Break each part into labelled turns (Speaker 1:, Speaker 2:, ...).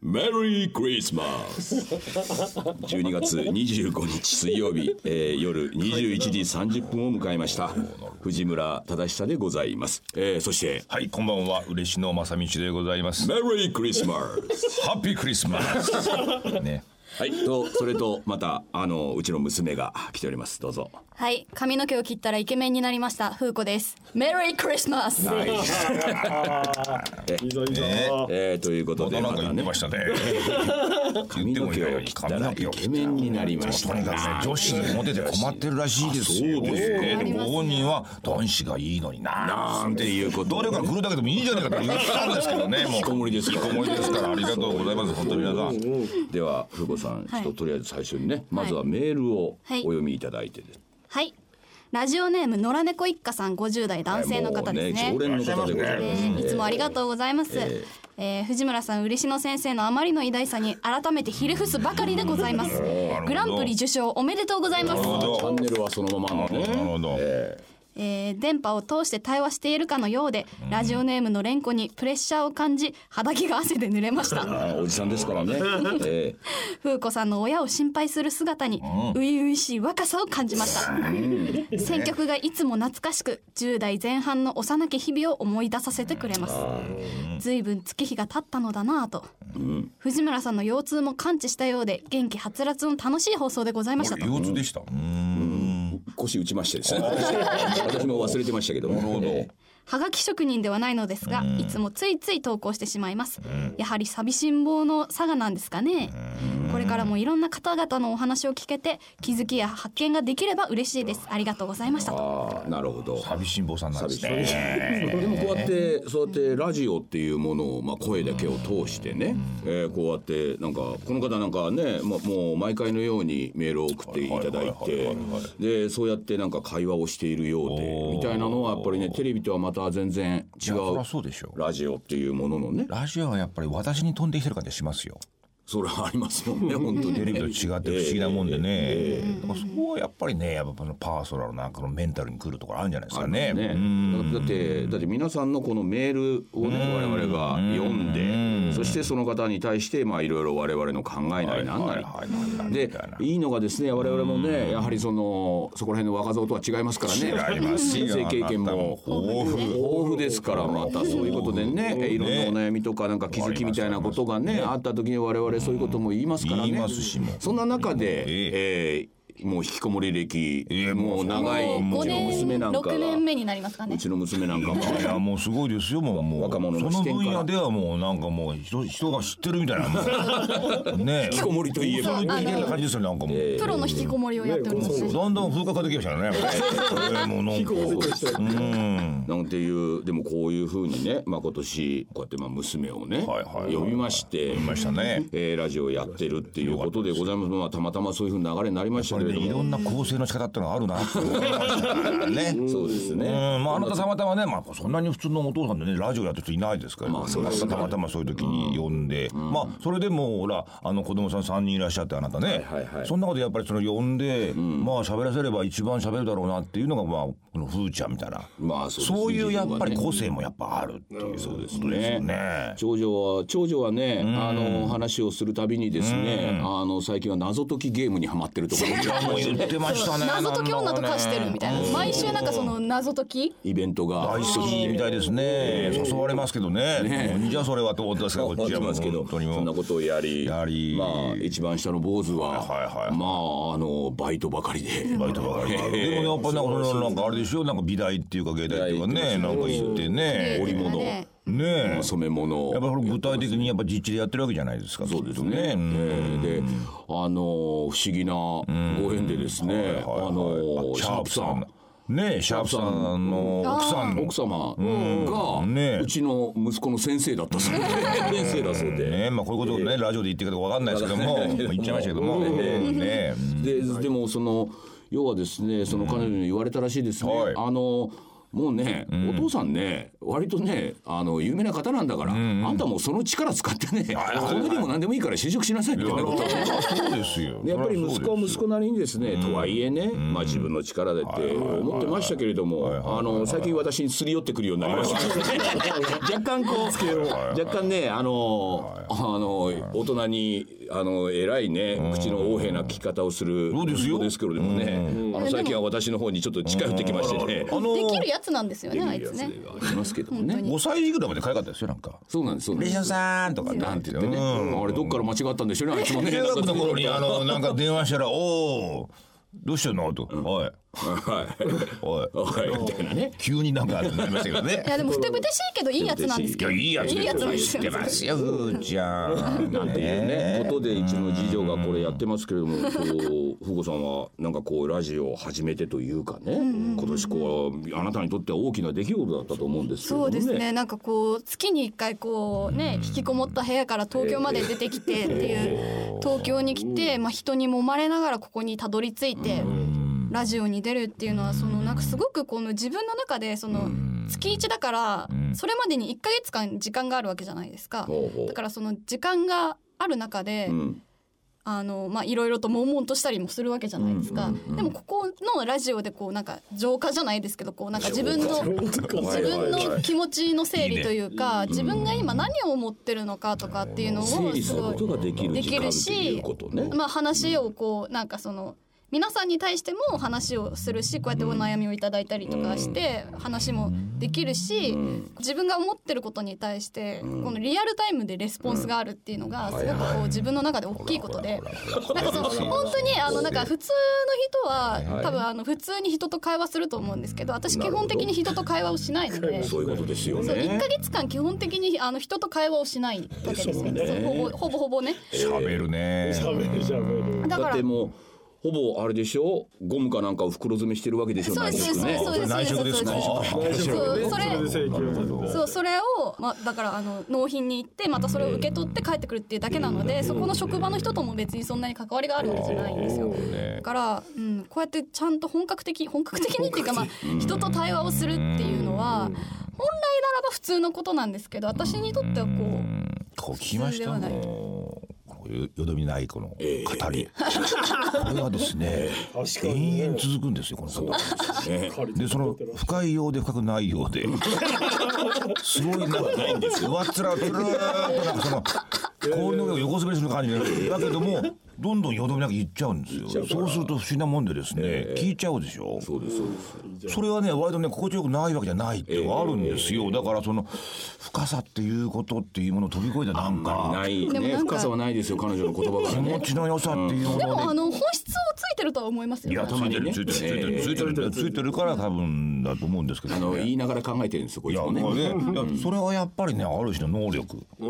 Speaker 1: メリークリスマス12月25日水曜日、えー夜21時30分を迎えました藤村忠久でございます、えーそして
Speaker 2: はい、こんばんは、嬉野正道でござ います。
Speaker 1: メリークリスマス
Speaker 2: ハッピークリスマ ス。ね、
Speaker 1: はいとそれとまたあのうちの娘が来ておりますどうぞ
Speaker 3: はい髪の毛を切ったらイケメンになりました風子ですメリークリスマス
Speaker 1: はい、
Speaker 4: いいぞいいぞ、
Speaker 1: えーということ
Speaker 2: ま
Speaker 1: で
Speaker 2: たなん
Speaker 1: ま
Speaker 2: か
Speaker 1: た
Speaker 2: 言って
Speaker 1: ね
Speaker 2: ましたね。
Speaker 1: 髪の毛を切ったらイケメンになりまし
Speaker 2: と
Speaker 1: た
Speaker 2: にかくね、女子にモテて困ってるらしいですよ。
Speaker 1: あそうです
Speaker 2: え
Speaker 1: か
Speaker 2: えでもご本人は男子がいいのにな。
Speaker 1: なんていうこと
Speaker 2: どれか来るだけでもいいじゃないかと言ってたんですけどね、もう。
Speaker 1: 引きこもりですから
Speaker 2: 引きこもりですから、ありがとうございます、本当に皆さん。
Speaker 1: では風子さんちょっと
Speaker 3: はい
Speaker 1: とりあえず最初にねまずはメールをお
Speaker 3: はい
Speaker 1: 読みいただいてです
Speaker 3: はいラジオネーム野良猫一家さん50代男性の方ですね
Speaker 1: もう常連の方でございます
Speaker 3: えーいつもありがとうございます、え
Speaker 1: ー
Speaker 3: ー藤村さん嬉野先生のあまりの偉大さに改めてひれ伏すばかりでございます
Speaker 2: ほど
Speaker 3: グランプリ受賞おめでとうございます
Speaker 2: なるほど
Speaker 1: チャンネルはそのままの
Speaker 2: な
Speaker 1: ね
Speaker 2: るほど。
Speaker 3: えー電波を通して対話しているかのようでラジオネームの連呼にプレッシャーを感じ肌着が汗で濡れました
Speaker 1: あおじさんですから ね、え
Speaker 3: 風子さんの親を心配する姿に初々しい若さを感じました選曲がいつも懐かしく10代前半の幼き日々を思い出させてくれます随分月日が経ったのだなぁと、藤村さんの腰痛も完治したようで元気はつらつの楽しい放送でございましたと
Speaker 2: 憂鬱でした。うーん。
Speaker 1: ー腰打ちましてです ね私も忘れてましたけどもえ
Speaker 3: はがき職人ではないのですが、いつもついつい投稿してしまいます。やはり寂しん坊の佐賀なんですかね。これからもいろんな方々のお話を聞けて、気づきや発見ができれば嬉しいです。ありがとうございました
Speaker 1: ー。ああなるほど
Speaker 2: 寂しん坊さんなんです
Speaker 1: 寂し
Speaker 2: ね。
Speaker 1: でもこうやってそうやってラジオっていうものを、まあ、声だけを通してね、えーこうやってなんかこの方なんかね、まあ、もう毎回のようにメールを送っていただい
Speaker 2: はいはいはいはいはい
Speaker 1: てでそうやってなんか会話をしているようでみたいなのはやっぱりねテレビとはまた全然違
Speaker 2: いやそりゃ
Speaker 1: う
Speaker 2: そうでしょう。
Speaker 1: ラジオっていうもののね
Speaker 2: ラジオはやっぱり私に飛んできてる感じがしますよ。
Speaker 1: それはありますもん ね本当に
Speaker 2: テレビと違って不思議なもんでね、だからそこはやっぱりねやっぱそのパーソナルなんかのメンタルにくるところあるんじゃないですかね。
Speaker 1: ね、だだってだって皆さんのこのメールをね我々が読んでそしてその方に対してまあいろいろ我々の考えなりなんなりでいいのがですね我々もねやはりそのそこら辺の若造とは違いますからね
Speaker 2: 違いますよ
Speaker 1: 人生経験も
Speaker 2: 豊富
Speaker 1: 豊富ですからまたそういうことでねいろんなお悩みとかなんか気づきみたいなことがねあった時に我々そういうことも言いますから
Speaker 2: 言い
Speaker 1: ね
Speaker 2: ますしもう
Speaker 1: そんな中でえ
Speaker 2: え
Speaker 1: ーもう引きこもり歴
Speaker 2: ええ
Speaker 1: もう長い
Speaker 3: も
Speaker 1: う
Speaker 3: う
Speaker 1: ちの
Speaker 3: 5
Speaker 1: 娘な
Speaker 3: 年、
Speaker 1: んかが
Speaker 3: 6年目になりますか
Speaker 1: う
Speaker 3: ね。
Speaker 1: ちの娘なん かも
Speaker 2: いやもうすごいですよもうもう
Speaker 1: 若者の視
Speaker 2: そ
Speaker 1: 点
Speaker 2: の
Speaker 1: から
Speaker 2: 分野ではもうなんかもう人人が知ってるみた いなもうねえ
Speaker 1: 引きこもりといえば
Speaker 2: そういう感じですよねなんかもう、
Speaker 3: プロの引きこもりをやっておりますね。
Speaker 2: だんだん風化化できましたねやっぱりも うなんかうん
Speaker 1: なんていうでもこういうふうにね、まあ、今年こうやってまあ娘をね、
Speaker 2: はいはいはい
Speaker 1: 呼びまして、
Speaker 2: いましたね。
Speaker 1: えーラジオやってるっていうことでございますまあたまたまそういうふうな流れになりました
Speaker 2: そ
Speaker 1: け
Speaker 2: れ
Speaker 1: れ
Speaker 2: で
Speaker 1: ども
Speaker 2: いろんな構成の仕方ってのがあるなって思いましたね。
Speaker 1: そうですね
Speaker 2: うん、まあ、あなたたまたまね、まあ、そんなに普通のお父さんでね、ラジオやってる人いないですから、まあ、たまたまそういう時に呼んで、まあ、それでも、ほら、あの、子供さん3人いらっしゃって、あなたね、
Speaker 1: はいはい
Speaker 2: そんなことやっぱりその呼んで、まあ、喋らせれば一番喋るだろうなっていうのが、まあ、このふーちゃんみたいな、
Speaker 1: まあそうですね
Speaker 2: そういうやっぱり個性もやっぱあるっていうことですよね。
Speaker 1: 長女は長女はね、あの話をするたびにですね、あの最近は謎解きゲームにはまってるところ
Speaker 2: いやもう言ってましたね。
Speaker 3: 謎解き女と化してるみたいな。毎週なんかその謎解き
Speaker 1: イベントが
Speaker 2: 大好きみたいですね。誘われますけどね。何じゃそれはと思ってますけど、こっちは
Speaker 1: 思って
Speaker 2: もう
Speaker 1: ますけど
Speaker 2: 本当
Speaker 1: そ
Speaker 2: にも
Speaker 1: んな
Speaker 2: う。
Speaker 1: ことをやり
Speaker 2: やり
Speaker 1: まあ、一番下の坊主は,、
Speaker 2: はいはいはい
Speaker 1: まああのバイトばかりで
Speaker 2: バイトばかり で。でもやっぱなんかそのなんかあれでしょ、なんか美大っていうか芸大っていうかね、なんか行ってね。
Speaker 1: 織物、
Speaker 3: ね
Speaker 2: ねえ。
Speaker 1: 染め物
Speaker 2: やっぱり具体的にやっぱ実地でやってるわけじゃないですか。
Speaker 1: そうです
Speaker 2: きっと
Speaker 1: ね。
Speaker 2: うん
Speaker 1: ええで、あの不思議なご縁でですね、あ
Speaker 2: はいはい
Speaker 1: のシャープさん。。
Speaker 2: ねえ、シャープさんの奥さん
Speaker 1: 奥様が、う
Speaker 2: うんね
Speaker 1: ちの息子の先生だった そうで先生だそうで。
Speaker 2: ねえ、まあこういうことをね、ラジオで言ってるかどうかわかんないですけども、まあ言っちゃいましたけ ども。うんねえ。うん
Speaker 1: ででもその要はですねその彼女に言われたらしいですね、
Speaker 2: はい
Speaker 1: あのもうね、お父さんね割とねあの有名な方なんだから、あんたもうその力使ってね、この日も何でもいいから就職しなさいみたいなことを
Speaker 2: そうですよ。
Speaker 1: やっぱり息子は息子なりにですねとはいえね、まあ、自分の力でって思ってましたけれどもあの最近私にすり寄ってくるようになりました 若干こう若干ねあのあの大人にあの偉いね口の横柄な聞き方をする
Speaker 2: そうです
Speaker 1: 息
Speaker 2: よ
Speaker 1: 子ですけれどもねあの最近は私の方にちょっと近寄ってきましてね。
Speaker 2: あの
Speaker 3: できるやつなんですよねあいつね
Speaker 1: ありますけどもね。
Speaker 2: 五歳ぐらいまで可愛かったですよなんか。
Speaker 1: そうなんですそうなんです。
Speaker 2: さんとか
Speaker 1: なんて言ってね、あれどっから間違ったんでしょうねあいつも ね。
Speaker 2: 中学の頃にあのなんか電話したら「おおどうしてんの?」と「おい
Speaker 1: はい。
Speaker 2: おい
Speaker 1: はい、み たいなね。
Speaker 2: 急になんかなりましたけどね
Speaker 3: いやでもふてぶてしいけどいいやつなんです
Speaker 2: い
Speaker 3: け
Speaker 2: や
Speaker 3: ど
Speaker 2: いいやつ
Speaker 3: いいやつ
Speaker 2: で
Speaker 3: ですす
Speaker 2: よ
Speaker 3: よ
Speaker 2: 知ってますよふーちゃん
Speaker 1: なんていうね、ことでうちの次女がこれやってますけれども、こう、ふうこさんは、なんかこう、ラジオを始めてというかね、今年こう、あなたにとっては大きな出来事だったと思うんですけれど
Speaker 3: そ
Speaker 1: も
Speaker 3: う
Speaker 1: ね。
Speaker 3: ですねなんかこう月に1回こうね引きこもった部屋から東京まで出てきてっていう東京に来て、まあ、人に揉まれながらここにたどり着いてラジオに出るっていうのはそのなんかすごくこの自分の中でその月1だからそれまでに1ヶ月間時間があるわけじゃないですか
Speaker 1: ほうほう
Speaker 3: だからその時間がある中で、
Speaker 1: うん。
Speaker 3: あのまあいろいろと悶々としたりもするわけじゃないですか、でもここのラジオでこうなんか浄化じゃないですけどこうなんか自分の自分の気持ちの整理というか自分が今何を思ってるのかとかっていうのをす
Speaker 1: 整理する
Speaker 3: ご
Speaker 1: ことが
Speaker 3: い
Speaker 1: できる
Speaker 3: で
Speaker 1: 時
Speaker 3: き
Speaker 1: 間っ
Speaker 3: る
Speaker 1: てい
Speaker 3: し
Speaker 1: うことね。
Speaker 3: まあ話をこうなんかその皆さんに対しても話をするしこうやってお悩みをいただいたりとかして話もできるし自分が思ってることに対してこのリアルタイムでレスポンスがあるっていうのがすごくこう自分の中で大きいことでなんかその本当にあのなんか普通の人は多分あの普通に人と会話すると思うんですけど私基本的に人と会話をしないので。
Speaker 1: そういうことですよ
Speaker 3: そう1
Speaker 1: ね
Speaker 3: ヶ。月間基本的にあの人と会話をしないわけですねそうほぼほぼほぼね
Speaker 2: 喋るね
Speaker 4: 喋る喋る
Speaker 3: だか
Speaker 1: だっ
Speaker 3: ら
Speaker 1: てもう、ほぼあれでしょゴムかなんかを袋詰めしてるわけでしょ
Speaker 3: そうです
Speaker 1: 内
Speaker 3: そ
Speaker 1: 職ね
Speaker 3: うですそうです
Speaker 2: 内職ですか
Speaker 3: そうですそうそ
Speaker 4: それで
Speaker 3: れ
Speaker 4: 正規を立て
Speaker 3: そうそれをまあだからあの納品に行ってまたそれを受け取って帰ってくるっていうだけなのでそこの職場の人とも別にそんなに関わりがあるわけじゃないんですよ。だから、うん、こうやってちゃんと本格的本格的にっていうかまあ人と対話をするっていうのは本来ならば普通のことなんですけど私にとってはこう
Speaker 2: こう聞きました
Speaker 3: 普通ではない
Speaker 2: もうこのよよどみないこの語り、これはですね
Speaker 4: 確かにね
Speaker 2: 延々続くんですよこの語
Speaker 1: ね
Speaker 4: 借り
Speaker 2: り
Speaker 4: て
Speaker 2: でその深いようで深くないようですごいなんか上っ面ずらーっとなんかその氷の上を横滑りする感じでだけどもどんどんよどみなく言っちゃうんですよそうすると不思議なもんでですね、聞いちゃうでしょ
Speaker 1: そうですそうです。
Speaker 2: それはね割とね心地よくないわけじゃないってはあるんですよ、だからその深さっていうことっていうものを飛び越えたなんか
Speaker 1: ない
Speaker 3: でも
Speaker 1: ね
Speaker 3: なんか
Speaker 1: 深さはないですよ彼女の言 葉
Speaker 2: 気
Speaker 1: が
Speaker 2: 持
Speaker 1: ね。
Speaker 2: ちの良さっていうも
Speaker 3: で
Speaker 2: の
Speaker 3: も
Speaker 2: で。
Speaker 3: あの本質をついてるとは思いますよ
Speaker 2: いや
Speaker 3: ね。
Speaker 2: ついてるついてるついてるついてるついてるから多分だと思うんですけど
Speaker 1: あの
Speaker 2: ね。
Speaker 1: 言いながら考えてるんですよこい
Speaker 2: い
Speaker 1: つ
Speaker 2: や
Speaker 1: も
Speaker 2: まあ
Speaker 1: ね。
Speaker 2: ねいやそれはやっぱりねある種の能力だ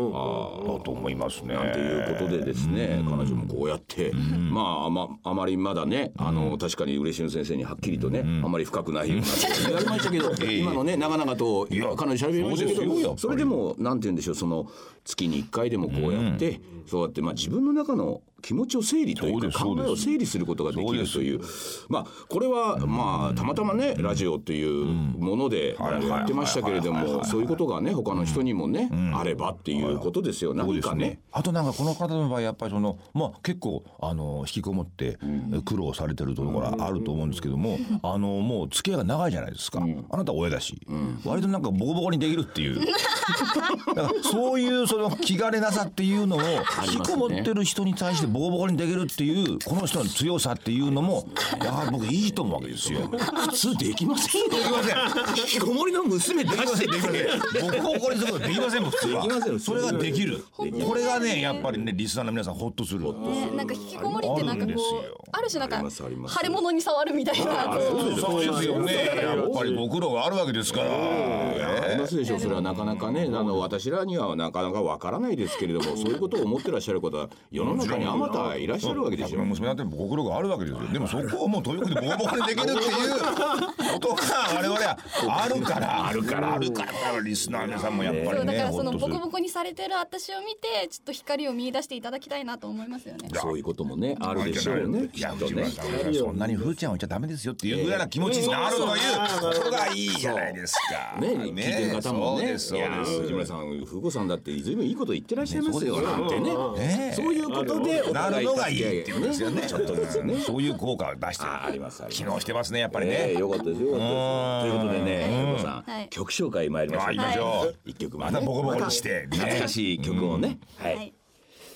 Speaker 2: と思いますね。
Speaker 1: ということでですね、彼女もこうやって、まあ、まああまりまだね、あの、確かに嬉野先生にはっきりとね、あまり深くないような話言われましたけ ど、今のね、長々と彼
Speaker 2: や
Speaker 1: 女喋りましたけ
Speaker 2: そうですよやっぱ
Speaker 1: ど、
Speaker 2: り
Speaker 1: それでも、なんて言うんでしょう、その、月に1回でもこうやって、そうやって、まあ自分の中の気持ちを整理とい
Speaker 2: そう
Speaker 1: う
Speaker 2: です
Speaker 1: か、
Speaker 2: そう
Speaker 1: 考
Speaker 2: です
Speaker 1: えを整理することができるという、まあ、これは、まあ、たまたまね、ラジオというものでやってましたけれども、そういうことがね、他の人にもね、あればっていうことですよ、な
Speaker 2: そうんです
Speaker 1: かね
Speaker 2: ね。。あとなんかこの方の場合やっぱりそのまあ結構あの引きこもって苦労されてるところがあると思うんですけども、あのもう付き合いが長いじゃないですか。あなたは親だし、割となんかボコボコにできるっ ていう。だからそういうその気兼ねなさっていうのを引きこもってる人に対してボコボコにできるっていうこの人の強さっていうのもやはり僕いいと思うわけですよ。
Speaker 1: 普通できませんよ。
Speaker 2: できません。
Speaker 1: 引きこもりの娘 出
Speaker 2: できま
Speaker 1: し
Speaker 2: せ
Speaker 1: て
Speaker 2: んできません。ボコボコにすることできませんもん普通は。
Speaker 1: できません
Speaker 2: それができる。これがねやっぱりねリスナーの皆さんほっとする。
Speaker 3: ね、なんか引きこもりってなん
Speaker 2: ある
Speaker 3: かこ
Speaker 2: んですよ
Speaker 3: うある種な
Speaker 1: あ
Speaker 3: んか
Speaker 1: りますあります
Speaker 3: 腫れ物に触るみたいなこう
Speaker 2: そうですよね。やっぱりご苦労があるわけですから。
Speaker 1: ありますでしょうそれはなかなかねあの私らにはなかなかわからないですけれどもそういうことを思ってらっしゃる方は世の中にあまたいらっしゃるわけでしょ
Speaker 2: 娘だってご苦労があるわけですよでもそこをもうトイックでボコボコにできるっていうことが我々はあるからあるからあるからリスナーの皆さんもやっぱ
Speaker 3: そ
Speaker 2: り
Speaker 3: うだ
Speaker 2: ね
Speaker 3: からその
Speaker 2: ほっと
Speaker 3: ボ
Speaker 2: す
Speaker 3: コ
Speaker 2: る
Speaker 3: ボコにされてる私を見てちょっと光を見出していただきたいなと思いますよね。
Speaker 1: そういうこともねあるでしょうね
Speaker 2: い
Speaker 1: き
Speaker 2: や
Speaker 1: っと
Speaker 2: 藤村
Speaker 1: ね
Speaker 2: さんそんなにふーちゃんを置いちゃダメですよっていうぐらいな気持ちになるということがいいじゃないですか
Speaker 1: ね聞いてる方も
Speaker 2: そう
Speaker 1: ね
Speaker 2: ですそう
Speaker 1: いや
Speaker 2: で
Speaker 1: ー
Speaker 2: す
Speaker 1: 藤村さん風子さんだって随分いいこと言ってらっしゃいますよ
Speaker 2: ね
Speaker 1: なんてね
Speaker 2: ね
Speaker 1: そういうことでお
Speaker 2: なる
Speaker 1: 互い
Speaker 2: のが
Speaker 1: 助
Speaker 2: い
Speaker 1: け合
Speaker 2: いっていうことですよね。
Speaker 1: ちょっとですね
Speaker 2: そういう効果を出して
Speaker 1: あありますあります
Speaker 2: 機能してますね、やっぱり
Speaker 1: ええ
Speaker 2: ね。
Speaker 1: よかったですよかったですということでね風子さ
Speaker 3: は
Speaker 1: ん
Speaker 3: い
Speaker 1: 曲紹介参りましょ
Speaker 2: あ、
Speaker 1: う
Speaker 2: 行きまし
Speaker 1: は
Speaker 2: ょ
Speaker 1: い一曲
Speaker 2: う。
Speaker 1: 目ね
Speaker 2: またボコボコにして。
Speaker 1: 懐
Speaker 2: ね
Speaker 1: かしい曲をねは
Speaker 3: はいい。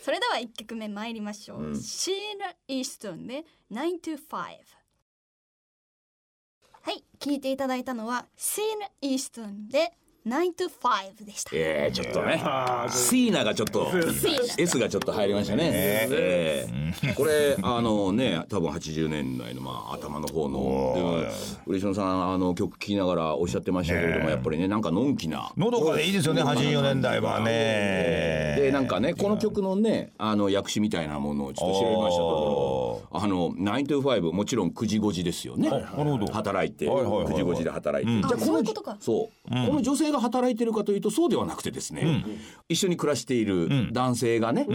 Speaker 3: それでは一曲目参りましょう。シーラ・イーストンで9 to 5。はい、聞いていただいたのはシーラ・イーストンで9 to 5でした。
Speaker 1: ええちょっとね
Speaker 4: あーそう
Speaker 1: シーナがちょっと
Speaker 3: シーナ
Speaker 1: S がちょっと入りましたね。ええこれあのね多分80年代のまあ頭の方のでも嬉野さんあの曲聴きながらおっしゃってましたけれども、やっぱりねなんかのんきな。
Speaker 2: のどかでいいですよね、84年代はね。
Speaker 1: でなんかねこの曲のねあの訳詞みたいなものをちょっと調べましたところあの9 to 5もちろん9時5時ですよね
Speaker 2: なるほど
Speaker 1: 働いて
Speaker 2: はいはいはいはい
Speaker 1: 9時5時で働いて、
Speaker 3: あ
Speaker 1: の
Speaker 3: そういうことか
Speaker 1: そうこの女性が働いてるかというとそうではなくてですね、一緒に暮らしている男性がね、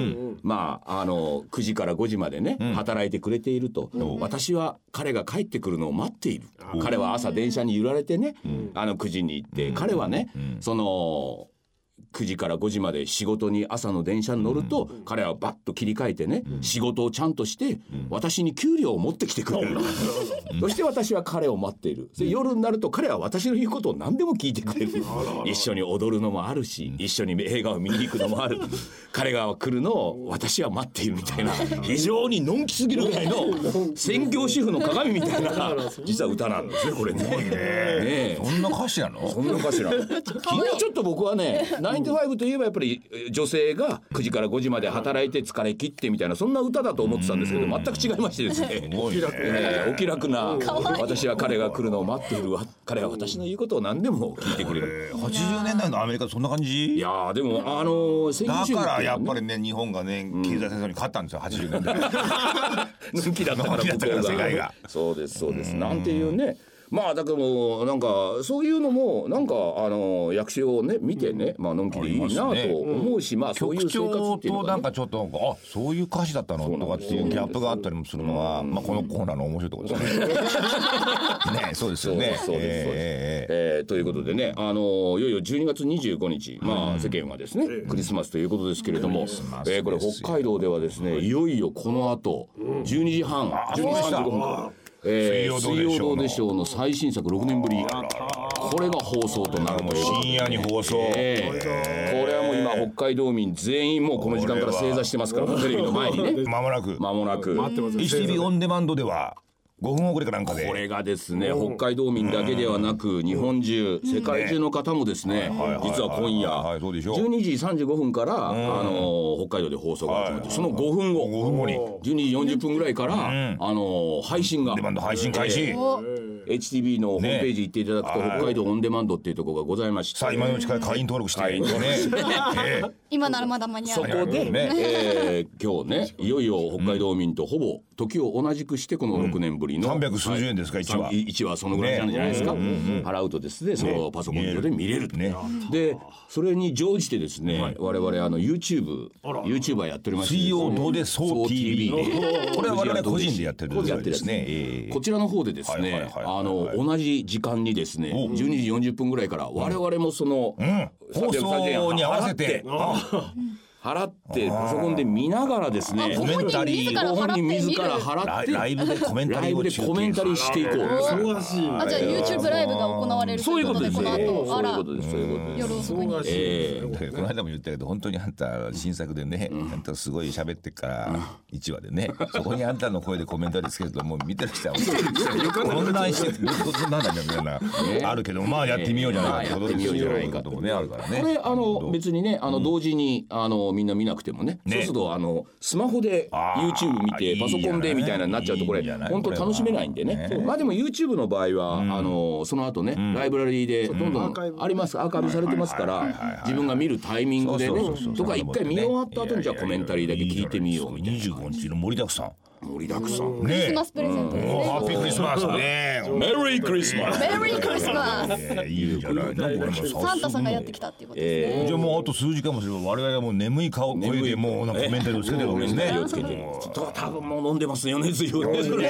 Speaker 1: まああの9時から5時までね、働いてくれていると、私は彼が帰ってくるのを待っている、彼は朝電車に揺られてね、あの9時に行って、彼はね、その9時から5時まで仕事に朝の電車に乗ると、彼はバッと切り替えてね、仕事をちゃんとして、私に給料を持ってきてくれる、 そして私は彼を待っているで夜になると彼は私の言うことを何でも聞いてくれる一緒に踊るのもあるし一緒に映画を見に行くのもある彼が来るのを私は待っているみたいな非常にのんきすぎるぐらいの専業主婦の鏡みたいな実は歌なんですねこれね。ねえ
Speaker 2: そんな歌詞なの
Speaker 1: そんなか しら。昨日ちょっと僕はね、ナインティファイブといえばやっぱりえ女性が9時から5時まで働いて疲れ切ってみたいなそんな歌だと思ってたんですけど全く違いましてですね。
Speaker 2: ごいね
Speaker 1: えーお気楽な私は彼が来るのを待っているわ彼は私の言うことを何でも聞いてくれる。
Speaker 2: 80年代のアメリカそんな感じ
Speaker 1: いやーでもあのー、先
Speaker 2: だ
Speaker 1: 週
Speaker 2: からやっぱりね、日本がね、経済戦争に勝ったんですよ、80年代。
Speaker 1: 人気だったから
Speaker 2: 人気だったか
Speaker 1: 向
Speaker 2: ら
Speaker 1: こう
Speaker 2: 世界が
Speaker 1: そうですそうですなんていうねまあだけどもなんかそういうのもなんかあの役所をね見てね、まあのんきでいいなと思うし、まあそういう
Speaker 2: 曲
Speaker 1: 生活
Speaker 2: 調
Speaker 1: っていうの
Speaker 2: と
Speaker 1: が
Speaker 2: な
Speaker 1: ね
Speaker 2: んかちょっとなんかあそういう歌詞だったのとかっていうギャップがあったりもするのは、まあこのコーナーの面白いところで すね。ねそうですよ
Speaker 1: そう
Speaker 2: ね。
Speaker 1: ですそうです
Speaker 2: えええええ
Speaker 1: えーということでね、あのーいよいよ12月25日、まあ、世間はですね、クリスマスということですけれども、えーこれ北海道ではですね、いよいよこの後、12時半、12時35分から。えー水
Speaker 2: 水
Speaker 1: 曜ど
Speaker 2: 曜ど
Speaker 1: う
Speaker 2: う
Speaker 1: で
Speaker 2: で
Speaker 1: し
Speaker 2: し
Speaker 1: ょうの最新作6年ぶりこれが放送となるという
Speaker 2: え
Speaker 1: ことで
Speaker 2: 深夜に放送。
Speaker 1: ええこれはもう今北海道民全員もうこの時間から正座してますからテレビの前にね
Speaker 2: まもなく。
Speaker 1: 間もなく
Speaker 4: 待ってますよ
Speaker 2: HTV オンデマンドでは5分遅れかなんかで。
Speaker 1: これがですね北海道民だけではなく日本中世界中の方もですね
Speaker 2: はいはい
Speaker 1: 実は今
Speaker 2: はいはいそうでし
Speaker 1: 夜
Speaker 2: ょう
Speaker 1: 12時35分からあのー北海道で放送が始まってその5分後
Speaker 2: 5分後に
Speaker 1: 12時40分ぐらいからあのー配信が
Speaker 2: デマンド配信開始。
Speaker 3: お
Speaker 1: HTB のホームページ行っていただくと
Speaker 2: ね
Speaker 1: 北海道オンデマンドっていうところがございまして
Speaker 2: さあ今のうちから会員登録し て。
Speaker 1: 会員登
Speaker 2: ね。
Speaker 3: 今ならまだ間に合
Speaker 1: そこ
Speaker 3: う。
Speaker 1: で、
Speaker 2: ね
Speaker 1: えー今日ねいよいよ北海道民とほぼ時を同じくしてこの6年ぶりの、
Speaker 2: うん300数十円ですか一話
Speaker 1: はい一話そのぐらいなんじゃないですか、払うとですねそのパソコン上で見れると、
Speaker 2: ね
Speaker 1: でそれに乗じてですね、我々あの YouTube ユーチューバーやっておりまして
Speaker 2: 水曜どうでそう TV。
Speaker 1: そう
Speaker 2: これは我々個人でやってる
Speaker 1: 個人でやってる
Speaker 2: ですね。ええ
Speaker 1: こちらの方でです
Speaker 2: はいはい
Speaker 1: ね、
Speaker 2: はいはい
Speaker 1: あの同じ時間にですね、12時40分ぐらいから我々もその
Speaker 2: うん放送に合わせて。あ
Speaker 1: 払ってパソコンで見ながらですね、
Speaker 3: コメンタリー
Speaker 1: ご本人自ら払
Speaker 2: ラ
Speaker 1: っ
Speaker 2: イ
Speaker 1: て
Speaker 2: ライブでコメンタ
Speaker 1: ラ
Speaker 2: リ
Speaker 1: イ
Speaker 2: ー
Speaker 1: ブ
Speaker 2: を
Speaker 1: で
Speaker 2: 中継
Speaker 1: コメンタリーしていこう。
Speaker 4: 忙しい
Speaker 3: あじゃあ YouTube ライブが行われると
Speaker 1: そう
Speaker 3: い
Speaker 1: いう
Speaker 3: う
Speaker 1: こ
Speaker 3: ことと
Speaker 1: でね。
Speaker 3: ですこの
Speaker 1: そう
Speaker 3: 後あ
Speaker 1: いう
Speaker 3: ら
Speaker 1: ことです。そういうことです。
Speaker 3: 夜遅くに。
Speaker 4: 忙しい
Speaker 1: ええ
Speaker 2: だからこの間も言ったけど本当にあんた新作でね、あんたすごい喋ってっから1話でね、そこにあんたの声でコメンタリーつけるともう見てる人は混乱してることなんだみたいな、あるけどまあやってみようじゃないかってことです
Speaker 1: やってみようじゃないか
Speaker 2: こともねあるからね
Speaker 1: これあの別にねあの同時にあのをみんな見なくてもね
Speaker 2: ね
Speaker 1: そうするとあのスマホで
Speaker 2: あー
Speaker 1: YouTube 見て
Speaker 2: いい
Speaker 1: パソコン
Speaker 2: じゃない
Speaker 1: でみたいなになっちゃうとこれ
Speaker 2: いいじゃない
Speaker 1: 本当
Speaker 2: これは
Speaker 1: 楽しめないんでね
Speaker 2: ね
Speaker 1: まあでも YouTube の場合は、あのその後ね、ライブラリーでどんど
Speaker 4: アーカイ
Speaker 1: ん
Speaker 4: ブ
Speaker 1: ありますアーカイブされてますか
Speaker 2: はいはいはいはい
Speaker 1: ら
Speaker 2: はい
Speaker 1: 自分が見るタイミングでね
Speaker 2: そうそうそうそう
Speaker 1: とか一回見終わった後にじゃあコメンタリーだけ聞いてみようみたい
Speaker 2: 二十五日の盛りだくさん。
Speaker 1: な盛りだくさん。
Speaker 3: クリ
Speaker 2: ね
Speaker 3: スマスプレゼントです
Speaker 2: お
Speaker 3: ね
Speaker 2: ハッピークリスマスね。メリークリスマス。
Speaker 3: メリークリスマス
Speaker 2: えーいいじゃない。なんか俺も早速
Speaker 3: サンタさんがやってきたっていうことですね、
Speaker 1: え
Speaker 2: じゃあもうあと数時間もすれば我々はもう眠い顔声でもうなんかコメンタリーをつけてるわけですね。
Speaker 1: 気をつけてと多分もう飲んでますよねずいぶんねそれ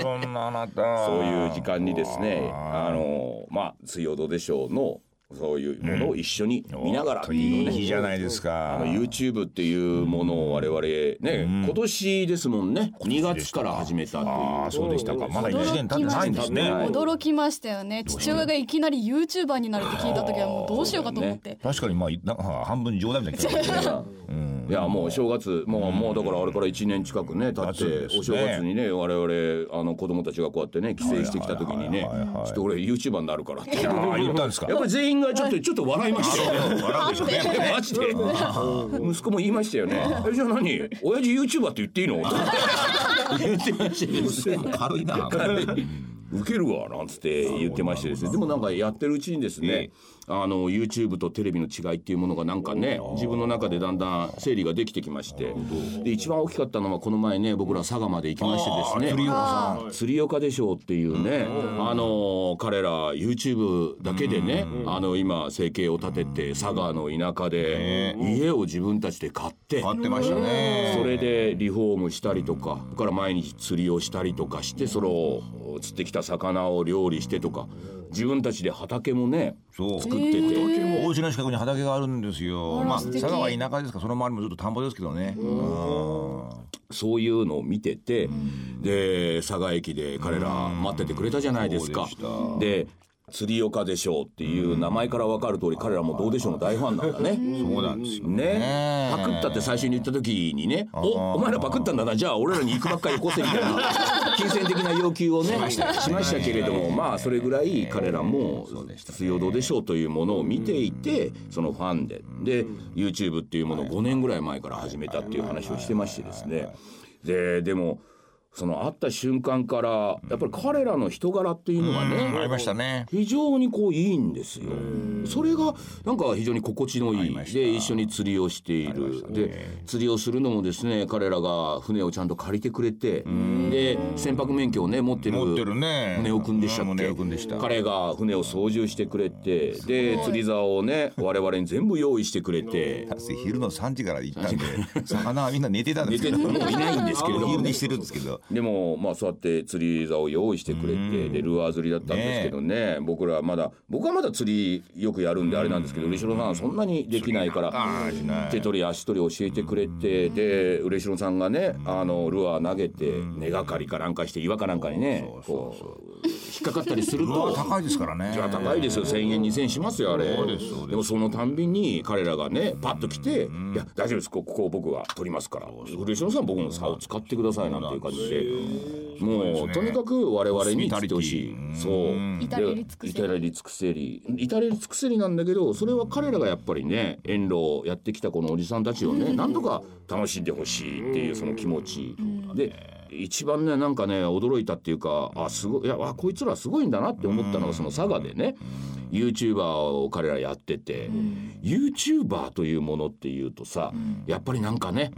Speaker 2: そんなあなた。
Speaker 1: そういう時間にですね、あのまあ水曜どうでしょうのそういうものを一緒に見ながらっていう
Speaker 2: い
Speaker 1: の
Speaker 2: い
Speaker 1: ね。
Speaker 2: 日じゃないです
Speaker 1: あ
Speaker 2: か
Speaker 1: の。YouTube っていうものを我々ね、今年ですもんね2月から始めたって
Speaker 2: ああ
Speaker 1: い
Speaker 2: そうでしたか。まだ一年経ってないんですね。
Speaker 1: はい
Speaker 3: 驚きましたよね父親がいきなり YouTuber になるって聞いた時はもうどうしようかと思って、
Speaker 2: 確かにまあなんか半分冗談みたいな。
Speaker 1: ういやもう正月もう,、もうだからあれから1年近くね経っ
Speaker 2: 経つん
Speaker 1: て、
Speaker 2: ですね
Speaker 1: お正月にね我々あの子供たちがこうやってね帰省してきた時にね
Speaker 2: はいはいはいはい
Speaker 1: ちょっと俺 YouTuber になるからって
Speaker 2: あ
Speaker 1: やっ
Speaker 2: ー言ったんですか。
Speaker 1: ぱり全員がちょっとちょっと笑いましたよ
Speaker 2: 笑うでしょうね。
Speaker 1: えマジで息子も言いましたよねえじゃあ何親父 YouTuber って言っていいの言ってましたですね
Speaker 2: 軽いな。
Speaker 1: ウケるわなんつって言ってましてですねでもなんかやってるうちにですね、あの YouTube とテレビの違いっていうものがなんかね自分の中でだんだん整理ができてきましてで一番大きかったのはこの前ね僕ら佐賀まで行きましてですね
Speaker 2: 釣り
Speaker 3: さ
Speaker 1: 釣り岡でしょうっていうね、あの彼ら YouTube だけでね、あの今生計を立てて佐賀の田舎で家を自分たちで買って。
Speaker 2: 合ってましたね。
Speaker 1: それでリフォームしたりとか、それから毎日釣りをしたりとかしてそれを釣ってきた魚を料理してとか自分たちで畑もね
Speaker 2: そう。
Speaker 1: 作ってて、
Speaker 2: お家の近くに畑があるんですよ。まあ
Speaker 3: 素
Speaker 2: 佐
Speaker 3: 敵
Speaker 2: 賀は田舎ですからその周りもずっと田んぼですけどね。
Speaker 1: そういうのを見てて、で佐賀駅で彼ら待っててくれたじゃないですか。で釣り岡でしょうっていう名前から分かる通り彼らもどうでしょうの大ファンなんだね。
Speaker 2: そうなんですよ。
Speaker 1: ね、パクったって最初に言った時にね「おお前らパクったんだなじゃあ俺らに行くばっかりよこせ」みたいな 金銭的な要求をねしましたけれどもまあそれぐらい彼らも「水曜どうでしょう」というものを見ていてそのファンでで YouTube っていうものを5年ぐらい前から始めたっていう話をしてましてですねででもその会った瞬間からやっぱり彼らの人柄っていうのがね、
Speaker 2: ありましたね。
Speaker 1: 非常にこういいんですよ。それがなんか非常に心地のいいで一緒に釣りをしている、で釣りをするのもですね彼らが船をちゃんと借りてくれてで船舶免許をね持ってる
Speaker 2: 持ってるね。
Speaker 1: 船尾くんでしたっ
Speaker 2: う
Speaker 1: け
Speaker 2: 胸尾くんでした。
Speaker 1: 彼が船を操縦してくれてで釣り竿をね我々に全部用意してくれ て
Speaker 2: 昼の3時から行った んで、魚はみんな寝てたんで
Speaker 1: 寝
Speaker 2: す
Speaker 1: て
Speaker 2: け
Speaker 1: て
Speaker 2: ど、
Speaker 1: もういないんですけれど
Speaker 2: 昼
Speaker 1: も
Speaker 2: 寝してるんですけど、
Speaker 1: でもまあそうやって釣り竿を用意してくれてでルアー釣りだったんですけどね僕らまだ僕はまだ釣りよくやるんであれなんですけど嬉野さんはそんなにできないから手取り足取り教えてくれてで嬉野さんがねあのルアー投げて根がかりかなんかして岩かなんかにねこう引っかかったりすると。
Speaker 2: 高いですからね。
Speaker 1: いや高いですよ1,000円2,000円しますよあれでもそのたんびに彼らがねパッと来て「いや大丈夫ですこここ僕が取りますから古城さん僕の竿を使ってください」なんていう感じでもうとにかく我々に来てほしいそう
Speaker 3: 至れり尽くせり
Speaker 1: で至れり尽くせり至れり尽くせりなんだけどそれは彼らがやっぱりね遠路をやってきたこのおじさんたちをねなんとか楽しんでほしいっていうその気持ちで一番ねなんかね驚いたっていうかあすごいいやあこいつらすごいんだなって思ったのがその佐賀でね YouTuber を彼らやってて YouTuber というものっていうとさやっぱりなんかね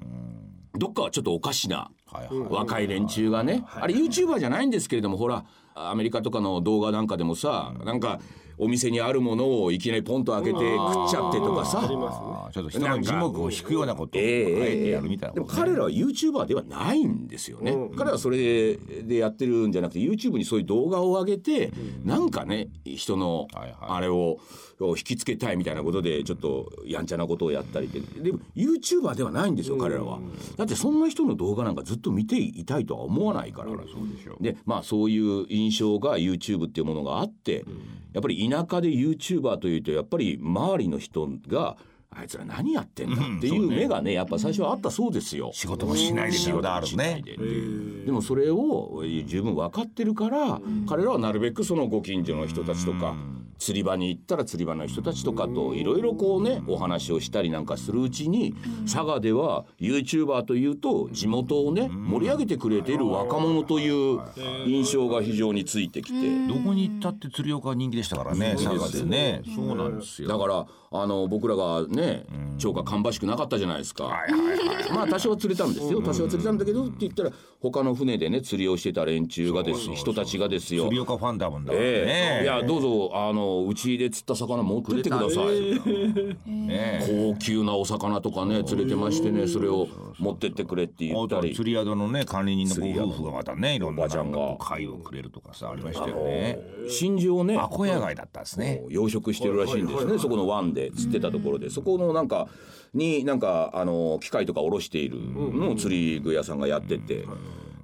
Speaker 1: どっかはちょっとおかしな
Speaker 2: はいはい
Speaker 1: 若い連中がね、あれ YouTuber じゃないんですけれどもほらアメリカとかの動画なんかでもさ、なんかお店にあるものをいきなりポンと開けて食っちゃってとかさ、
Speaker 2: あーちょっと人の字幕を引くようなことをあ
Speaker 1: ええ
Speaker 2: えて
Speaker 1: ええ
Speaker 2: やるみたいな
Speaker 1: で
Speaker 2: こ
Speaker 1: も
Speaker 2: とね。
Speaker 1: 彼らは YouTuber ではないんですよね、彼らはそれでやってるんじゃなくて YouTube にそういう動画を上げて、なんかね人の
Speaker 2: はいはい
Speaker 1: あれを引きつけたいみたいなことでちょっとやんちゃなことをやったりででも YouTuber ではないんですよ彼らは、だってそんな人の動画なんかずっと見ていたいとは思わないから、でまあそういう印象が YouTube っていうものがあって、やっぱり田舎で YouTuber というとやっぱり周りの人があいつら何やってんだっていう目がねやっぱ最初はあったそうですよ。
Speaker 2: 仕事もしないで仕事あるね。
Speaker 1: ででもそれを十分分かってるから、彼らはなるべくそのご近所の人たちとか釣り場に行ったら釣り場の人たちとかといろいろこうねお話をしたりなんかするうちに佐賀では YouTuber というと地元をね盛り上げてくれている若者という印象が非常についてきて
Speaker 2: どこに行ったって釣り岡人気でしたからね佐賀でねそうなんです
Speaker 1: だからあの僕らがね釣果芳しくなかったじゃないですか。 まあ多少釣れたんですよ多少釣れたんだけどって言ったら他の船でね釣りをしてた連中がです人たちがですよ
Speaker 2: 釣り岡ファンだもんだからね
Speaker 1: ええ、いやどうぞあのうちで釣った魚持ってってください、
Speaker 2: ね
Speaker 1: 高級なお魚とかね釣れてましてねそれを持ってってくれって言
Speaker 2: あ
Speaker 1: った
Speaker 2: とは
Speaker 1: り
Speaker 2: 釣り宿のね管理人のご夫婦がまたねいろんな
Speaker 1: おばちゃんが
Speaker 2: なんか貝をくれるとかさありましたよね
Speaker 1: 真珠をね
Speaker 2: アコヤ貝だったんですね
Speaker 1: 養殖してるらしいんですねそこの湾で釣ってたところでそこのなんかになんかあの機械とか卸しているのを釣り具屋さんがやってて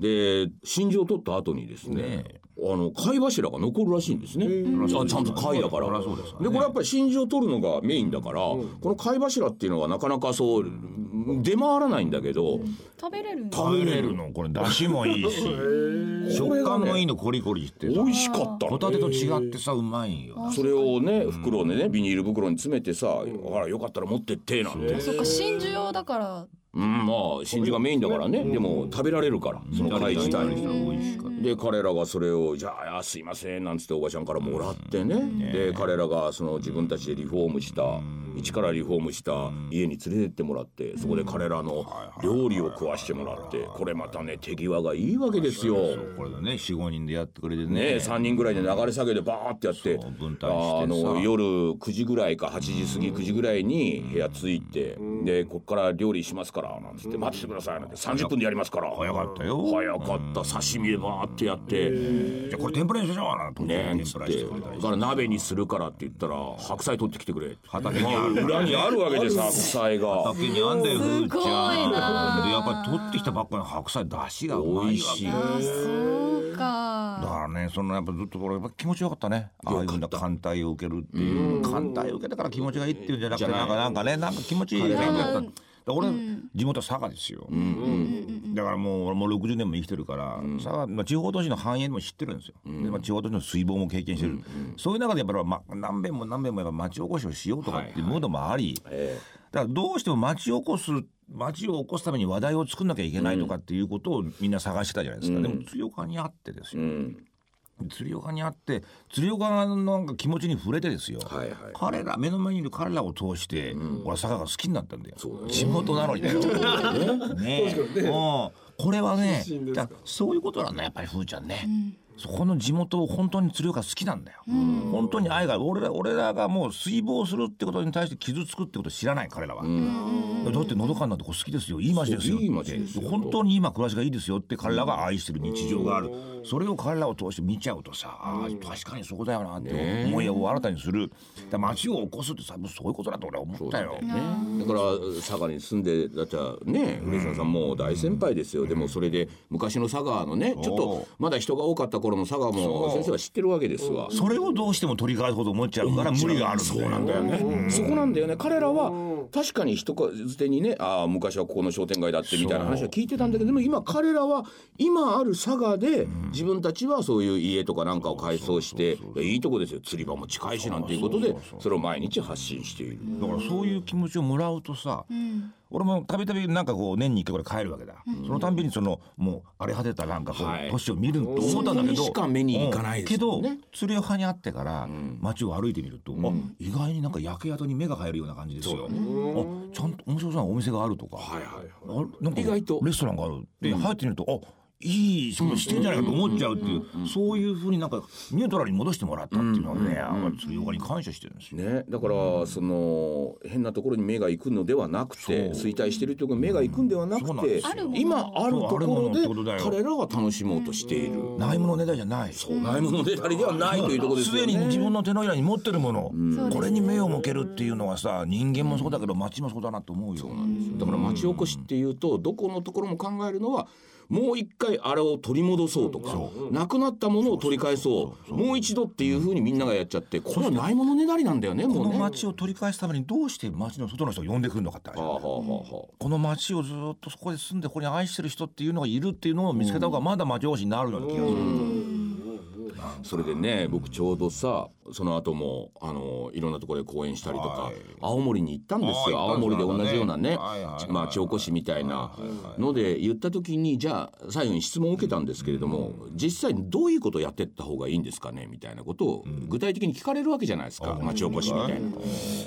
Speaker 1: で真珠を取った後にですねあの貝柱が残るらしいんですね。あちゃんと貝だから。でこれやっぱり真珠を取るのがメインだから、この貝柱っていうのがなかなかそう出回らないんだけど、
Speaker 3: 食べれるんだ
Speaker 2: 食べれるのこれ出汁もいいし食感もいいのコリコリして
Speaker 1: 美
Speaker 2: さ
Speaker 1: 味しかったの
Speaker 2: ホタテと違ってさうまいんよ
Speaker 1: それをね袋でねビニール袋に詰めてさ、あらよかったら持ってってなんて。
Speaker 3: そっか真珠用だから
Speaker 1: うん、まあ真珠がメインだからね、でも食べられるからその貝自体
Speaker 2: 美味しかっ
Speaker 1: で彼らがそれを「じゃあすいません」なんつっておばちゃんからもらってね、で彼らがその自分たちでリフォームした一からリフォームした家に連れてってもらってそこで彼らの料理を食わしてもらってこれまたね手際がいいわけですよ。
Speaker 2: たこれでね45人でやってくれて
Speaker 1: ね、
Speaker 2: ね
Speaker 1: 3人ぐらいで流れ下げでバーってやって
Speaker 2: そう分担してさ
Speaker 1: あの夜9時ぐらいか8時過ぎ9時ぐらいに部屋着いてでこっから料理しますからなんつって待っててくださいなんて30分でやりますから
Speaker 2: 早かったよ
Speaker 1: 早かった刺身でバーってやって
Speaker 2: じゃあこれ天ぷらにしましょうなんて
Speaker 1: ねえ
Speaker 2: 天
Speaker 1: っつ
Speaker 2: ぷ
Speaker 1: っ
Speaker 2: ら
Speaker 1: て
Speaker 2: してくれ
Speaker 1: だ
Speaker 2: たり
Speaker 1: から鍋にするからって言ったら白菜取ってきてくれ
Speaker 2: 畑にある
Speaker 1: 裏にあるわけです白菜が
Speaker 2: 畑にあんだよふーちゃん
Speaker 3: すごいな
Speaker 2: でやっぱり取ってきたばっかりの白菜出汁がうまいわけ
Speaker 1: 美味しい
Speaker 3: あそう
Speaker 2: だ
Speaker 3: か
Speaker 2: からねそのやっぱずっとこれやっぱ気持ちよかったねああいうふうな艦隊を受けるっていう艦隊を受けたから気持ちがいいっていうんじゃなくて
Speaker 1: じゃな
Speaker 2: ないんかなんかねなんか気持ちいいだけだっただから俺、地元は佐賀ですよ、だからもう俺もう60年も生きてるから、佐賀、まあ、地方都市の繁栄も知ってるんですよ、でまあ、地方都市の水防も経験してる、そういう中でやっぱり、ま、何遍も何遍もやっぱ町おこしをしようとかっていうムードもあり、
Speaker 1: え
Speaker 2: だからどうしても町おこす町を起こすために話題を作んなきゃいけないとかっていうことをみんな探してたじゃないですか、でも釣岡にあってです
Speaker 1: えう
Speaker 2: よ、
Speaker 1: ん
Speaker 2: 釣り岡にあって釣り岡のなんか気持ちに触れてですよ、
Speaker 1: はいはい
Speaker 2: 彼ら目の前にいる彼らを通して、俺は佐賀が好きになったんだよ
Speaker 1: そうだね
Speaker 2: 地元なのにだよ、ねえもうこれはね
Speaker 4: 出身ですか
Speaker 2: だからそういうことなんだやっぱりふーちゃんね、そこの地元を本当に釣り岡好きなんだよ、本当に愛がある俺ら俺らがもう水防するってことに対して傷つくってこと知らない彼らは、だってのどかになってここ好きですよいい街ですよ
Speaker 1: そういい街ですよ
Speaker 2: 本当に今暮らしがいいですよって彼らが愛してる日常がある、それを彼らを通して見ちゃうとさ、あー確かにそこだよなって思いを新たにする、だから街を起こすってさもうそういうことだと俺は思ったよ
Speaker 1: だから佐賀に住んでだったらね嬉野さんもう大先輩ですよでもそれで昔の佐賀のねちょっとまだ人が多かった頃の佐賀も先生は知ってるわけですわ
Speaker 2: それをどうしても取り返すほど思っちゃうから無理があるんだよそうなんだよね
Speaker 1: そこなんだよね彼らは確かに人づてにねああ昔はここの商店街だってみたいな話は聞いてたんだけども今彼らは今ある佐賀で自分たちはそういう家とかなんかを改装していいとこですよ釣り場も近いしなんていうことでそれを毎日発信している。
Speaker 2: だからそういう気持ちをもらうとさ、俺もたびたびなんかこう年に一回これ帰るわけだ、そのたんびにそのもう荒れ果てたなんかこ
Speaker 1: は
Speaker 2: う
Speaker 1: い
Speaker 2: 都市を見ると思ったんだ
Speaker 1: そこ
Speaker 2: けど、
Speaker 1: にしか目に行かないですよね
Speaker 2: うんけど釣り派にあってから街を歩いてみると、あ意外になんか焼け跡に目が入るような感じですよ、あちゃんと面白そうなお店があるとか、
Speaker 1: はいはいはい
Speaker 2: あなんか
Speaker 1: 意外と
Speaker 2: レストランがあるで入ってみると、あいい仕事してんじゃないかと思っちゃうっていう、そういうふうになんかニュートラルに戻してもらったっていうのはね、あの釣り岡に感謝してるんですよ。
Speaker 1: ね、だからその変なところに目が行くのではなくて衰退しているところに目が行くんではな
Speaker 2: そう
Speaker 1: く
Speaker 2: なんで
Speaker 1: て
Speaker 2: すよある
Speaker 3: もの
Speaker 1: 今あるとこ
Speaker 2: そうあるもの
Speaker 1: ろ
Speaker 2: っ
Speaker 1: で
Speaker 2: てことだよ
Speaker 1: 彼らが楽しもうとしている
Speaker 2: ないものねだりじゃない。
Speaker 1: 内部の出たりではないというところです
Speaker 2: す
Speaker 1: よ
Speaker 2: で
Speaker 1: ね
Speaker 2: に自分の手のひらに持ってるもの、
Speaker 3: そうですね
Speaker 2: これに目を向けるっていうのはさ人間もそうだけど町もそうだなと思うよ。
Speaker 1: だから町おこしっていうとどこのところも考えるのはもう一回あれを取り戻そうとかなくなったものを取り返そうもう一度っていうふうにみんながやっちゃってこれはないものねだりなんだよねも
Speaker 2: こ
Speaker 1: う
Speaker 2: の
Speaker 1: ね。は
Speaker 2: 町を取り返すためにどうして町の外の人を呼んでくるのかってある
Speaker 1: あ
Speaker 2: じゃん
Speaker 1: はあはあはあ
Speaker 2: この町をずっとそこで住んでここに愛してる人っていうのがいるっていうのを見つけた方がまだ町おこしになるような気がする。
Speaker 1: それでね僕ちょうどさその後もあのいろんなところで講演したりとか、
Speaker 2: はい
Speaker 1: 青森に行ったんですよ
Speaker 2: あー
Speaker 1: 青森で同じようなね、
Speaker 2: 行ったんですねはいはいはい
Speaker 1: まあ、町おこしみたいなので言った時にじゃあ最後に質問を受けたんですけれども、実際にどういうことをやってった方がいいんですかねみたいなことを具体的に聞かれるわけじゃないですか、町おこしみたいな。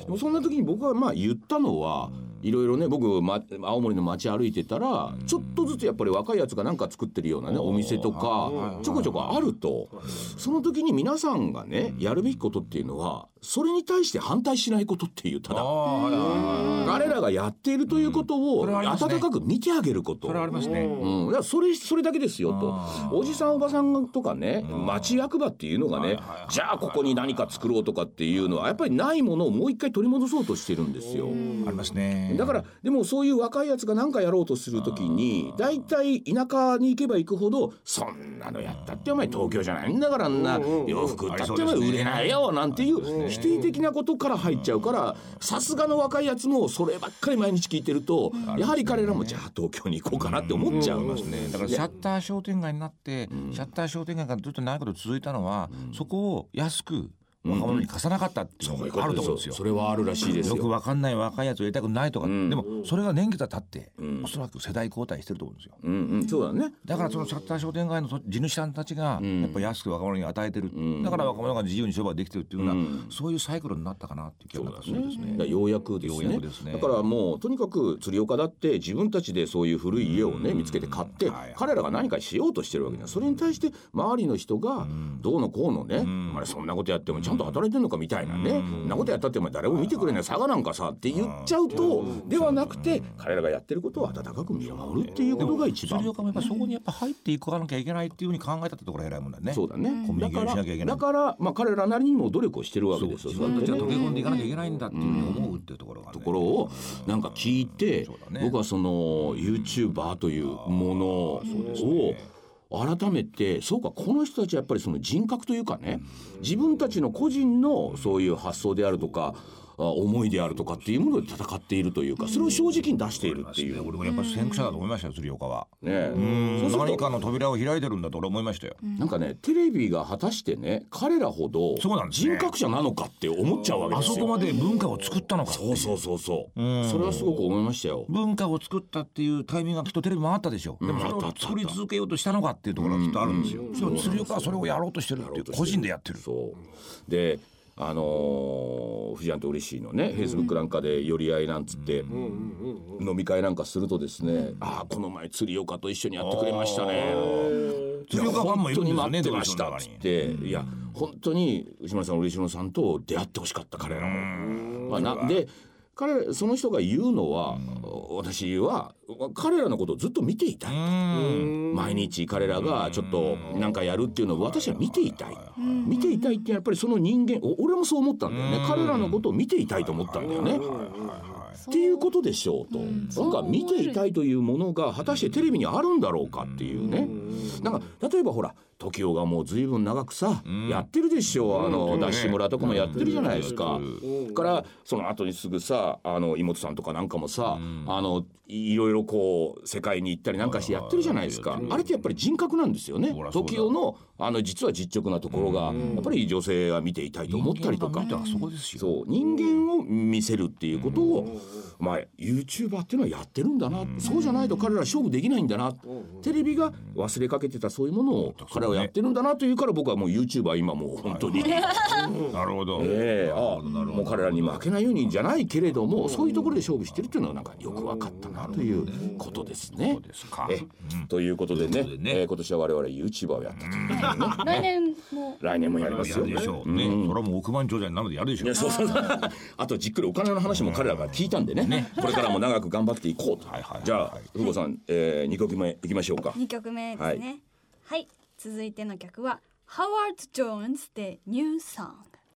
Speaker 1: でもそんな時に僕はまあ言ったのはいろいろね僕、ま、青森の街歩いてたらちょっとずつやっぱり若いやつがなんか作ってるようなねお店とかちょこちょこあるとその時に皆さんがねやるべきことっていうのはそれに対して反対しないことっていうた
Speaker 2: あ
Speaker 1: だ
Speaker 2: あはいはいはいはい
Speaker 1: 彼らがやっているということ
Speaker 2: そ
Speaker 1: を
Speaker 2: れはあり
Speaker 1: 温
Speaker 2: ますね
Speaker 1: かく見てあげること。
Speaker 2: それはありますね
Speaker 1: うん、だからそれそれだけですよ
Speaker 2: あ
Speaker 1: とおじさんおばさんとかね町役場っていうのがねじゃあここに何か作ろうとかっていうのはやっぱりないものをもう一回取り戻そうとしてるんですよ。
Speaker 2: ありますね
Speaker 1: だからでもそういう若いやつが何かやろうとするときに大体田舎に行けば行くほどそんなのやったってお前東京じゃないんだからあんな洋服売ったってお前売れないよなんていう否定的なことから入っちゃうからさすがの若いやつもそればっかり毎日聞いてるとやはり彼らもじゃあ東京に行こうかなって思っちゃうますね。
Speaker 2: だからシャッター商店街になって、シャッター商店街がずっと長いこと続いたのは、そこを安く若者に貸さなかったっていうのがあると思うんですよ。
Speaker 1: それはあるらしいです
Speaker 2: よ
Speaker 1: よ。
Speaker 2: くわかんない若いやつを入れたくないとか、
Speaker 1: ん
Speaker 2: でもそれが年月が経って、
Speaker 1: ん
Speaker 2: おそらく世代交代してると思うんですよ。
Speaker 1: うんうん、そうだね。
Speaker 2: だからそのシャッター商店街の地主さんたちが
Speaker 1: ん
Speaker 2: やっぱ安く若者に与えてる、
Speaker 1: ん
Speaker 2: だから若者が自由に商売できてるっていうのは、
Speaker 1: うん
Speaker 2: そういうサイクルになったかなっていう気がなんかするんです
Speaker 1: だから
Speaker 2: ね。
Speaker 1: ようやくです
Speaker 2: ようや
Speaker 1: ね
Speaker 2: くですね
Speaker 1: だからもうとにかく釣り岡だって自分たちでそういう古い家をね見つけて買って
Speaker 2: はい
Speaker 1: 彼らが何かしようとしてるわけじゃんそれに対して周りの人がどうのこうのねあれそんなことやってもちゃんと働いてんのかみたいなねそんなことやったってお前誰も見てくれない佐賀なんかさって言っちゃうとではなくて彼らがやってることを温かく見守るっていうことが一
Speaker 2: それ
Speaker 1: 番
Speaker 2: よりかもやっぱそこにやっぱ入っていかなきゃいけないっていうふうに考えたってところが偉いもんだね。
Speaker 1: そうだね
Speaker 2: コミュ
Speaker 1: だ
Speaker 2: ニケー
Speaker 1: か
Speaker 2: ショ
Speaker 1: ら
Speaker 2: ンしなきゃいけない
Speaker 1: だからまあ彼らなりにも努力をしてるわけ
Speaker 2: そう
Speaker 1: ですよ
Speaker 2: 自
Speaker 1: そうや
Speaker 2: 分
Speaker 1: ったて
Speaker 2: ちが
Speaker 1: ね
Speaker 2: 溶け込んでいかなきゃいけないんだっていうふうに思うっていうところが、ね
Speaker 1: ところをなんか聞いて
Speaker 2: そうだね
Speaker 1: 僕はその YouTuber というものを改めてそうかこの人たちはやっぱりその人格というかね自分たちの個人のそういう発想であるとかあ思いであるとかっていうもので戦っているというかそれを正直に出しているっていう
Speaker 2: 俺もやっぱ先駆者だと思いましたよ釣り岡は。
Speaker 1: ねそうする
Speaker 2: 何
Speaker 1: と
Speaker 2: かの扉を開いてるんだと俺思いましたよ。
Speaker 1: なんかねテレビが果たしてね彼らほど
Speaker 2: そうなんです
Speaker 1: 人
Speaker 2: ね
Speaker 1: 格者なのかって思っちゃうわけ
Speaker 2: あ
Speaker 1: です
Speaker 2: そ
Speaker 1: よ。
Speaker 2: こまで文化を作ったのか。
Speaker 1: そうそうそうそうそれはすごく思いましたよ。
Speaker 2: 文化を作ったっていうタイミングがきっとテレビもあったでしょ。でもそれ
Speaker 1: あったあ
Speaker 2: を
Speaker 1: った
Speaker 2: 作り続けようとしたのかっていうところがきっとあるんですよ。それを釣り岡はそれをやろうとしてるっていう個人でやってる。
Speaker 1: そうであのー、フジアンと嬉しいのね、フェイスブックなんかで寄り合いなんつって、飲み会なんかするとですね、ああこの前釣り岡と一緒にやってくれましたね
Speaker 2: 釣り岡ファンもい
Speaker 1: 本
Speaker 2: るんですよね。
Speaker 1: 当に待ってま
Speaker 2: テレビ
Speaker 1: し
Speaker 2: の
Speaker 1: た
Speaker 2: 中
Speaker 1: っ
Speaker 2: に
Speaker 1: つって、いや本当に内村さん嬉野さんと出会ってほしかった彼らも。まあ、なで彼その人が言うのは、私は彼らのことをずっと見ていたいと毎日彼らがちょっとなんかやるっていうのを私は見ていたい見ていたいってやっぱりその人間お俺もそう思ったんだよね彼らのことを見ていたいと思ったんだよね。っていうことでしょうと、なんか見ていたいというものが果たしてテレビにあるんだろうかっていうね、なんか例えばほら TOKIO がもう随分長くさ、やってるでしょうあの、ダッシュ村とかもやってるじゃないですか、からその後にすぐさあの妹さんとかなんかもさ、あのいいろいろこう世界に行ったりなんかしてやってるじゃないですか、あれってやっぱり人格なんですよね
Speaker 2: ほらそうだ
Speaker 1: TOKIO のあの実は実直なところが、やっぱり女性が見ていたいと思ったりとか。
Speaker 2: 人間が見たらそこですよ。
Speaker 1: そう人間を見せるっていうことを、まあ、YouTuber っていうのはやってるんだな、そうじゃないと彼ら勝負できないんだな、テレビが忘れかけてたそういうものを彼らはやってるんだなというから僕はもう YouTuber 今もう本当に、
Speaker 2: なるほど。
Speaker 1: ええああもう彼らに負けないようにじゃないけれどもそういうところで勝負してるっていうのはなんかよく分かったなということですね。
Speaker 2: ですか。
Speaker 1: えということでね
Speaker 2: ということでね
Speaker 1: えー今年は我々 YouTuber をやったというね
Speaker 3: 来年も
Speaker 1: 来年もやります
Speaker 2: や
Speaker 1: よ。
Speaker 2: るでしょう。ね。それはもう億万長者になるのでやるでしょ
Speaker 1: いうや。 そうそうそうあとじっくりお金の話も彼らが聞いたんでねこれからも長く頑張っていこうと、
Speaker 2: はいはいはい
Speaker 1: じゃあふうこさん、えー、2曲目いきましょうか
Speaker 3: 二曲目ですねはい、続いての曲は Howard Jones で New Song